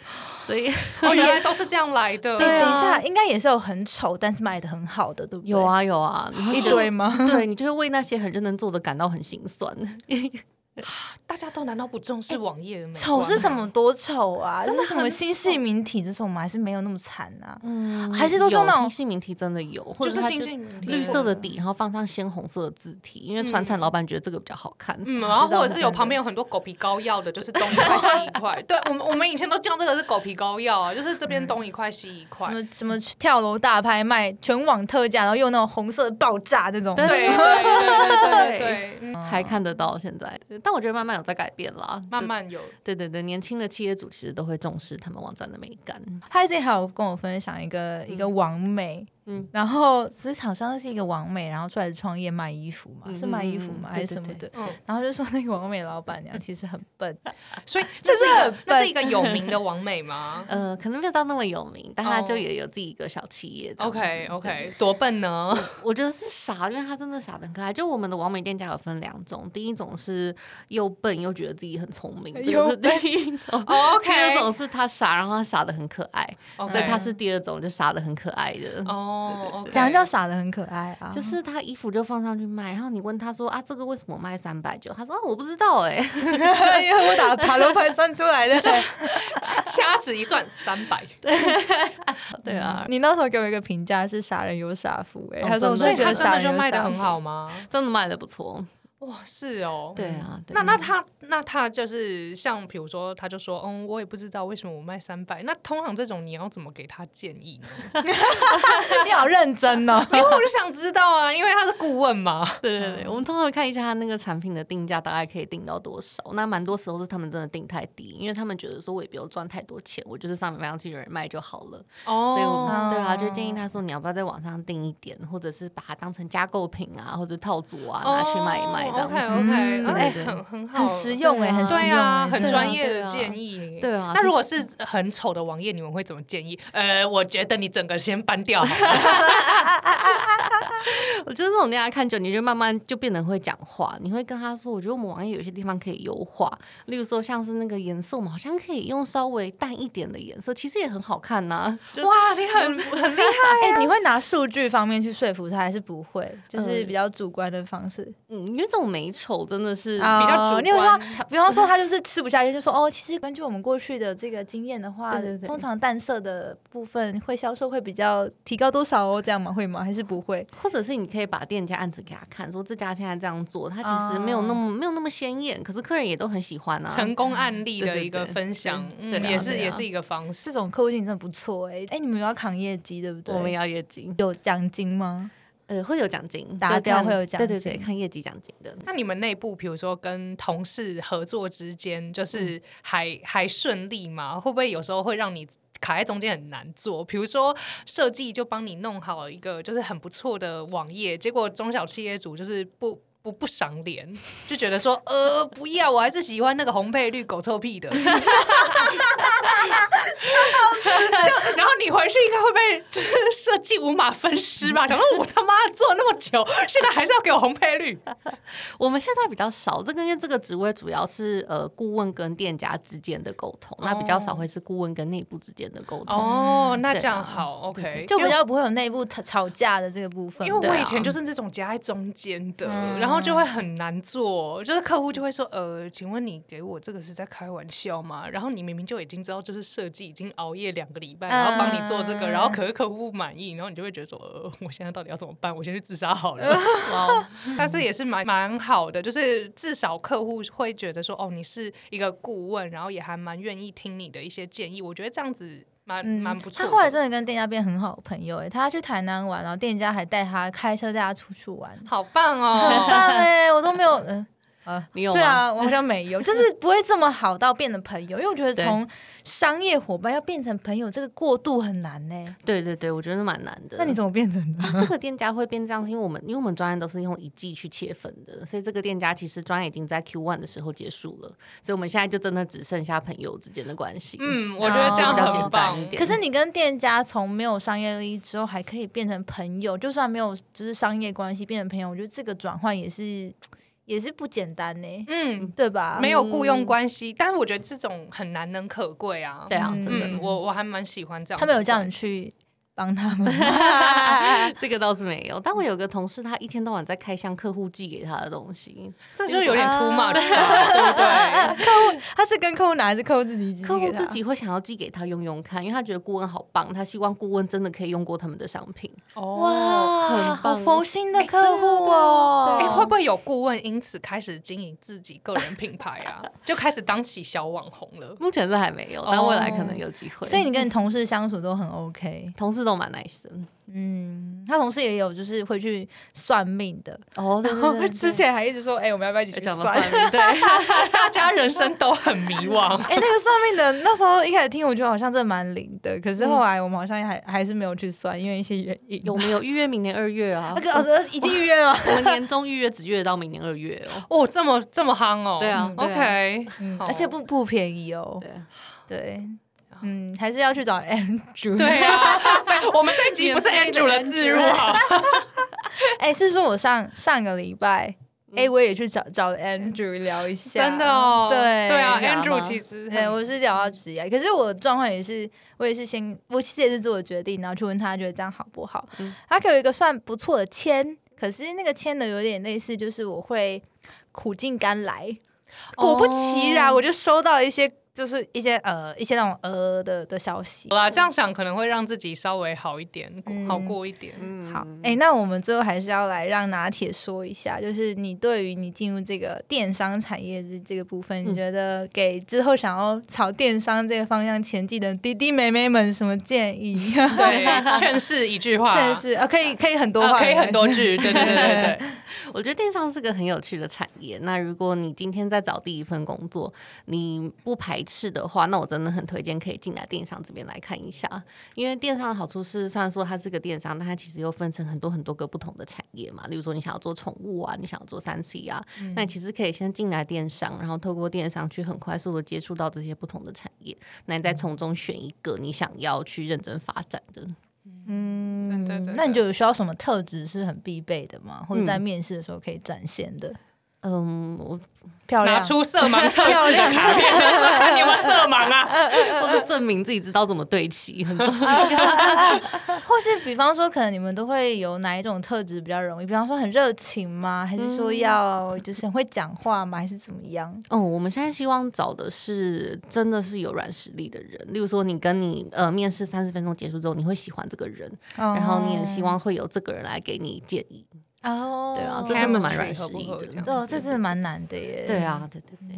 Speaker 3: 所以
Speaker 1: 哦，原来都是这样来的。
Speaker 3: 对
Speaker 2: 哎
Speaker 3: 啊
Speaker 2: 等一下，应该也是有很丑但是卖的很好的，对不对？
Speaker 3: 有，啊有啊，你会
Speaker 2: 一
Speaker 3: 觉得
Speaker 1: <laughs>
Speaker 2: 堆，吗？
Speaker 3: 对你就会为那些很认真做的感到很心酸。
Speaker 1: 大家都难道不重视网页的美
Speaker 2: 丑
Speaker 1: 观
Speaker 2: 是
Speaker 1: 吗
Speaker 2: 什么多丑啊？
Speaker 1: 真的
Speaker 2: 这是什么
Speaker 1: 很
Speaker 2: 新
Speaker 1: 丑
Speaker 2: 系名体这种吗？还是没有那么惨啊？
Speaker 3: 嗯
Speaker 2: 还是都是
Speaker 3: 有
Speaker 2: 那种
Speaker 3: 新姓名题真的有，或
Speaker 1: 就
Speaker 3: 者
Speaker 1: 是
Speaker 3: 它
Speaker 1: 星星名
Speaker 3: 绿
Speaker 1: 贴
Speaker 3: 色的底，然后放上鲜红色的字体，因为船产老板觉得这个比较好看。
Speaker 1: 嗯，
Speaker 2: 啊
Speaker 1: 然后
Speaker 2: 知道
Speaker 1: 或
Speaker 2: 知
Speaker 1: 者是
Speaker 2: 道
Speaker 1: 有旁边有很多狗皮膏药的，就是东一块西一块。对我们我们以前都叫这个是狗皮膏药啊，就是这边东一块西一块
Speaker 2: 什。么什么跳楼大拍卖，全网特价，然后用那种红色的爆炸这种。
Speaker 3: 对
Speaker 1: 对对对对对对，嗯
Speaker 3: 还看得到现在，但我觉得慢慢有在改变啦，
Speaker 1: 慢
Speaker 3: 就
Speaker 1: 慢有。
Speaker 3: 对对对，年轻的企业主其实都会重视他们网站的美感。
Speaker 2: 他之前还有跟我分享一个、一个王美，
Speaker 3: 嗯
Speaker 2: 然后职场上是一个王美，然后出来创业卖衣服嘛，
Speaker 3: 嗯
Speaker 2: 是卖衣服
Speaker 3: 嗯嗯
Speaker 2: 嘛、
Speaker 3: 嗯
Speaker 2: 还是什么的？
Speaker 3: 对
Speaker 1: 嗯，
Speaker 2: 然后就说那个王美老板娘其实很
Speaker 3: <laughs>
Speaker 2: 笨，
Speaker 1: 所以这是一
Speaker 2: 很
Speaker 1: 个
Speaker 2: 笨
Speaker 1: 那是一个有名的王美吗
Speaker 3: 呃，可能没有到那么有名，但他
Speaker 1: 哦
Speaker 3: 就也有自己一个小企业这样子。
Speaker 1: ？OK
Speaker 3: 对对
Speaker 1: OK，多笨呢？
Speaker 3: 我觉得是傻，因为他真的傻的很可爱。就我们的完美店家有分两种，第一种是又笨又觉得自己很聪明，这
Speaker 2: 又
Speaker 3: 个是第一 <laughs> 种。
Speaker 1: 哦
Speaker 3: 第二种
Speaker 1: ，OK，
Speaker 3: 是他傻，然后他傻的很可爱，所以他是第二种，就傻的很可爱的。
Speaker 1: 哦，OK，
Speaker 2: 怎样叫傻的很可爱啊？
Speaker 3: 就是他衣服就放上去卖，然后你问他说啊，这个为什么卖三百九？他说、啊、我不知道哎、
Speaker 2: 因为我打塔罗牌算出来的。 <laughs>
Speaker 1: 掐指一算三百，
Speaker 3: 对啊，
Speaker 2: 你那时候给我一个评价是傻人有傻福、哎、
Speaker 3: 哦
Speaker 2: 他说我
Speaker 3: 真
Speaker 1: 所以
Speaker 2: 真的
Speaker 3: 的
Speaker 2: 觉
Speaker 1: 他
Speaker 2: 得
Speaker 1: 真
Speaker 2: 傻
Speaker 1: 的
Speaker 2: 人
Speaker 1: 就
Speaker 2: 有
Speaker 1: 卖的
Speaker 2: <laughs> 傻
Speaker 1: 很
Speaker 2: 福。
Speaker 1: 好吗？
Speaker 3: <laughs> 真的卖的不错。
Speaker 1: 哇，是哦，
Speaker 3: 对啊，对
Speaker 1: 那那他那他就是像比如说，他就说，嗯，我也不知道为什么我卖三百。那通常这种你要怎么给他建议呢？ <laughs>
Speaker 2: 你好认真
Speaker 3: <laughs>
Speaker 2: 哦。
Speaker 1: 因为我就想知道啊，因为他是顾问嘛。
Speaker 3: 对对对，我们通常看一下啊他那个产品的定价大概可以定到多少。那蛮多时候是他们真的定太低，因为他们觉得说我也不用赚太多钱，我就是上面上去有人卖就好了。
Speaker 1: 哦
Speaker 3: 所以我
Speaker 2: 哦
Speaker 3: 们对啊，就建议他说你要不要在网上定一点，或者是把它当成加购品啊，或者套组啊拿去卖一卖来
Speaker 1: 哦
Speaker 3: 的。
Speaker 1: OK
Speaker 2: 嗯
Speaker 1: OK，
Speaker 3: 对
Speaker 1: 哎，
Speaker 3: 对
Speaker 1: 很很好，
Speaker 2: 很实用哎、
Speaker 3: 对啊
Speaker 2: 很实
Speaker 1: 对
Speaker 2: 用
Speaker 1: 啊，
Speaker 2: 哎、
Speaker 1: 很
Speaker 2: 对
Speaker 1: 专业的
Speaker 3: 对啊
Speaker 1: 建议。
Speaker 3: 对啊
Speaker 1: 那
Speaker 3: 就
Speaker 1: 如果是很丑的网页，你们会怎么建议？呃，我觉得你整个先搬掉好
Speaker 3: <laughs>
Speaker 1: 了。
Speaker 3: 我觉得这种大家看久，你就慢慢就变得会讲话。你会跟他说，我觉得我们网页有些地方可以优化，例如说像是那个颜色，我们好像可以用稍微淡一点的颜色，其实也很好看呐、就
Speaker 1: 哇，你
Speaker 3: 嗯
Speaker 1: 很很厉害。啊
Speaker 2: <laughs> 哎、你会拿数据方面去说服他，还是不会？就是
Speaker 3: 嗯
Speaker 2: 比较主观的方式。
Speaker 3: 嗯，因为这种美丑真的是
Speaker 2: 啊
Speaker 1: 比较主
Speaker 2: 哦你有说
Speaker 1: 观，
Speaker 2: 比方说，他就是吃不下去，就说哦，其实根据我们过去的这个经验的话，
Speaker 3: 对对对
Speaker 2: 通常淡色的部分会销售会比较提高多少哦，这样吗？会吗？还是不会？
Speaker 3: 或者是你可以把店家案子给他看，说这家现在这样做，它其实没有那么、没有那么鲜艳，可是客人也都很喜欢啊。
Speaker 1: 成功案例
Speaker 3: 对
Speaker 1: 的
Speaker 3: 对
Speaker 1: 一个
Speaker 3: 对
Speaker 1: 分享，嗯
Speaker 3: 对啊
Speaker 1: 也是
Speaker 3: 对啊
Speaker 1: 也是一个方式。
Speaker 2: 这种客户经理真的不错哎、哎、你们有要扛业绩对不对？
Speaker 3: 我们要业绩，
Speaker 2: 有奖金吗？
Speaker 3: 呃，会有奖金，
Speaker 2: 达
Speaker 3: 就
Speaker 2: 标
Speaker 3: 看
Speaker 2: 会有奖
Speaker 3: 对对
Speaker 2: 金
Speaker 3: 对，
Speaker 2: 嗯
Speaker 3: 看业绩奖金的。
Speaker 1: 那你们内部，比如说跟同事合作之间，就是还、还顺利吗？会不会有时候会让你卡在中间很难做？比如说设计就帮你弄好一个就是很不错的网页，结果中小企业主就是不。不不赏脸，就觉得说 <laughs> 呃不要，我还是喜欢那个红配绿狗臭屁的。就然后你回去应该会被就是设计五马分尸吧？想说我他妈做那么久，现在还是要给我红配绿。
Speaker 3: 我们现在比较少，这个因为这个职位主要是呃顾问跟店家之间的沟通，那比较
Speaker 2: 哦
Speaker 3: 少会是顾问跟内部之间的沟
Speaker 2: 嗯
Speaker 3: 通。
Speaker 1: 哦，那
Speaker 3: 对
Speaker 1: 这样
Speaker 3: 啊
Speaker 1: 好，OK，
Speaker 2: 就
Speaker 1: 因
Speaker 2: 比
Speaker 1: 为
Speaker 2: 较不会有内部吵吵架的这个部分。
Speaker 1: 因为
Speaker 3: 对
Speaker 1: 我
Speaker 3: 啊
Speaker 1: 以前就是这种夹在中间的，
Speaker 2: 嗯
Speaker 1: 然后就会很难做，就是客户就会说，呃，请问你给我这个是在开玩笑吗？然后你明明就已经知道，就是设计已经熬夜两个礼拜，然后帮你做这个，
Speaker 2: 嗯
Speaker 1: 然后可是客户不满意，然后你就会觉得说，呃，我现在到底要怎么办？我先去自杀好
Speaker 2: <laughs>
Speaker 1: 了。哦
Speaker 2: 哦
Speaker 3: 哇
Speaker 1: 但是也是蛮蛮好的，就是至少客户会觉得说，哦，你是一个顾问，然后也还蛮愿意听你的一些建议，我觉得这样子蛮
Speaker 2: 嗯
Speaker 1: 蛮不错
Speaker 2: 他
Speaker 1: 的。
Speaker 2: 后来真的跟店家变很好的朋友哎、他去台南玩，然后店家还带他开车带他出去玩，
Speaker 1: 好棒哦，
Speaker 2: 很 <laughs> 棒哎、我都没有嗯。啊
Speaker 3: 你有
Speaker 2: 对
Speaker 3: 吗
Speaker 2: 啊，我好像没有，就是不会这么好到变成朋友，因为我觉得
Speaker 3: 对
Speaker 2: 从商业伙伴要变成朋友，这个过渡很难呢、
Speaker 3: 对对对，我觉得蛮难的。
Speaker 2: 那你怎么变成的？
Speaker 3: 这个店家会变这样，是因为我们因为我们专案都是用一季去切分的，所以这个店家其实专案已经在 Q one 的时候结束了，所以我们现在就真的只剩下朋友之间的关系。
Speaker 1: 嗯，我觉得这样
Speaker 2: 比较
Speaker 1: 很
Speaker 3: 简
Speaker 1: 棒
Speaker 3: 单一点
Speaker 2: 可是你跟店家从没有商业利益之后，还可以变成朋友，就算没有就是商业关系变成朋友，我觉得这个转换也是也是不简单呢、
Speaker 1: 嗯，
Speaker 2: 对吧？
Speaker 1: 没有雇佣关系，但是我觉得这种很难能可贵啊。
Speaker 3: 对啊，
Speaker 2: 嗯
Speaker 3: 真的，
Speaker 1: 嗯，我我还蛮喜欢这样。
Speaker 2: 他们有叫你，去帮他们，
Speaker 3: <laughs> 这个倒是没有。但我有个同事，他一天到晚在开箱客户寄给他的东西，
Speaker 1: 这就有点 too
Speaker 2: 啊
Speaker 1: much，吧对不
Speaker 2: <laughs>
Speaker 1: 对？
Speaker 2: 他是跟客户拿还是客户自己寄给他？
Speaker 3: 客户自己会想要寄给他用用看，因为他觉得顾问好棒，他希望顾问真的可以用过他们的商品。
Speaker 1: 哦。
Speaker 2: 哇，
Speaker 3: 很
Speaker 2: 好
Speaker 3: 棒
Speaker 2: 佛心的客户哦！
Speaker 1: 哎，会不会有顾问因此开始经营自己个人品牌啊？ <laughs> 就开始当起小网红了。
Speaker 3: 目前是还没有，但未来可能有机会。
Speaker 2: 所以你跟你同事相处都很 OK。
Speaker 3: 同事都蛮 nice 的
Speaker 2: 嗯，他同事也有就是会去算命的，
Speaker 3: 哦，对
Speaker 2: 然后
Speaker 3: <laughs>
Speaker 2: <laughs> 之前还一直说，哎、我们要不要一起去
Speaker 3: 讲
Speaker 2: 算
Speaker 3: 到？算命，对，
Speaker 1: 大家人生都很迷惘，
Speaker 2: 哎、那个算命的那时候一开始听，我觉得好像真的蛮灵的，可是后来我们好像还还是没有去算，因为一些原因。
Speaker 3: 有没有预约明年二月啊
Speaker 2: 那？个哦，已经预约了吗。 <laughs>
Speaker 3: 我们年终预约只预约到明年二月哦。
Speaker 1: 哦，这么这么夯哦。
Speaker 3: 对啊对啊
Speaker 1: ，OK，哦
Speaker 2: 嗯
Speaker 1: 好
Speaker 2: 而且不不便宜哦，
Speaker 3: 对，
Speaker 2: 对，嗯，还是要去找 Andrew。
Speaker 1: 对啊，我们这一集不是 Andrew 的自入啊好，
Speaker 2: <laughs> 哎、是说我上上个礼拜，哎、我也去找找了 Andrew 聊一下，
Speaker 1: 真的哦。
Speaker 2: 对
Speaker 1: 对啊
Speaker 3: 职涯
Speaker 1: ，Andrew
Speaker 3: 吗
Speaker 1: 其实
Speaker 2: 对，
Speaker 1: 很
Speaker 2: 我是聊到职业，可是我的状况也是，我也是先，我其实也是做了决定，然后去问他觉得这样好不好。
Speaker 3: 嗯
Speaker 2: 他给我一个算不错的签，可是那个签的有点类似，就是我会苦尽甘来。果不其然，
Speaker 1: 哦
Speaker 2: 我就收到一些，就是一些呃一些那种呃的的消息。
Speaker 1: 好啦，这样想可能会让自己稍微好一点，
Speaker 2: 嗯
Speaker 1: 好过一点。
Speaker 3: 嗯
Speaker 2: 好，哎、那我们最后还是要来让拿铁说一下，就是你对于你进入这个电商产业这这个部分，你
Speaker 3: 嗯
Speaker 2: 觉得给之后想要朝电商这个方向前进的弟弟妹妹们什么
Speaker 1: <laughs>
Speaker 2: 建议？
Speaker 1: 对，劝世一句话，
Speaker 2: 确实啊，可以可以很多
Speaker 1: 呃
Speaker 2: 话，
Speaker 1: 可以很多
Speaker 2: <laughs> 没关系。
Speaker 1: 句，对对对对对。
Speaker 3: 我觉得电商是个很有趣的产业。那如果你今天在找第一份工作，你不排斥的话，那我真的很推荐可以进来电商这边来看一下。因为电商的好处是，虽然说它是个电商，但它其实又分成很多很多个不同的产业嘛。例如说，你想要做宠物啊，你想要做三 C 啊，那你其实可以先进来电商，然后透过电商去很快速的接触到这些不同的产业，那你再从中选一个你想要去认真发展的。
Speaker 1: 真的真的
Speaker 2: 嗯那你觉得有需要什么特质是很必备的吗？或者
Speaker 1: 嗯
Speaker 2: 在面试的时候可以展现的？
Speaker 3: 嗯，我
Speaker 2: 漂
Speaker 1: 拿
Speaker 2: 亮，
Speaker 1: 出色盲测试的卡片， <laughs> 说看你有没有色盲啊？
Speaker 3: 或者证明自己知道怎么对齐，很重要。
Speaker 2: 或是比方说，可能你们都会有哪一种特质比较容易？比方说很热情吗？还是说
Speaker 1: 嗯
Speaker 2: 要就是很会讲话吗？还是怎么样？
Speaker 3: 哦，我们现在希望找的是真的是有软实力的人，例如说你跟你呃面试三十分钟结束之后，你会喜欢这个人，然后你也
Speaker 1: 哦
Speaker 3: 希望会有这个人来给你建议。
Speaker 2: 哦，
Speaker 3: 对啊，这真的蛮
Speaker 1: chemistry
Speaker 3: 软实
Speaker 1: 合不
Speaker 3: 力
Speaker 1: 合
Speaker 3: 的
Speaker 1: 这样。
Speaker 2: 对哦，这真的蛮难的耶。
Speaker 3: 对，啊，对对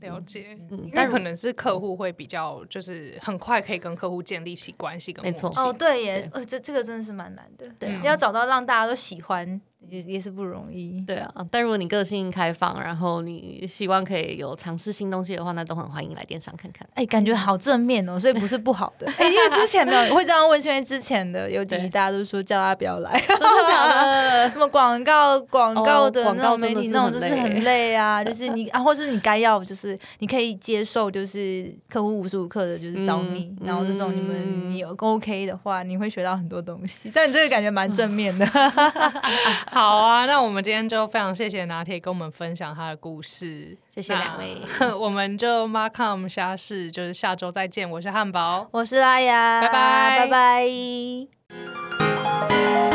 Speaker 3: 对，
Speaker 1: 了解，
Speaker 3: 嗯，
Speaker 1: 那
Speaker 3: 但
Speaker 1: 可能是客户会比较，就是很快可以跟客户建立起关系跟
Speaker 3: 没
Speaker 1: 默
Speaker 3: 错
Speaker 1: 契
Speaker 2: 哦，对耶，哦，这这个真的是蛮难的。
Speaker 3: 对啊
Speaker 2: 要找到让大家都喜欢，也也是不容易。
Speaker 3: 对啊，但如果你个性开放，然后你希望可以有尝试新东西的话，那都很欢迎来电商看看。 <laughs>
Speaker 2: 哎，感觉好正面哦，所以不是不好 <laughs> 的。哎，因为之前的会这样问，是因为之前的有几集
Speaker 3: 对
Speaker 2: 大家都说叫他不要来，
Speaker 3: 真的假的？
Speaker 2: <laughs> 什么广告广告的
Speaker 3: 哦广
Speaker 2: 那
Speaker 3: 告
Speaker 2: 种
Speaker 3: 真
Speaker 2: 媒
Speaker 3: 的
Speaker 2: 体
Speaker 3: 是
Speaker 2: 那种就
Speaker 3: 很
Speaker 2: 是很
Speaker 3: 累
Speaker 2: 累
Speaker 3: <laughs>
Speaker 2: 啊，就是你啊，或者是你该要就是你可以接受，就是客户无时无刻的就是找
Speaker 3: 嗯
Speaker 2: 你，然后这种你们
Speaker 3: 嗯
Speaker 2: 你有 OK 的话，你会学到很多东西。但你这个感觉蛮正面
Speaker 3: <laughs>
Speaker 2: 的，
Speaker 1: 好啊，那我们今天就非常谢谢拿铁跟我们分享他的故事，
Speaker 3: 谢谢两位。
Speaker 1: 那 <laughs> 我们就 Markham 虾事，就是下周再
Speaker 2: <laughs>
Speaker 1: 见。我是汉堡，
Speaker 2: 我是拉雅，
Speaker 1: 拜拜
Speaker 2: 拜拜。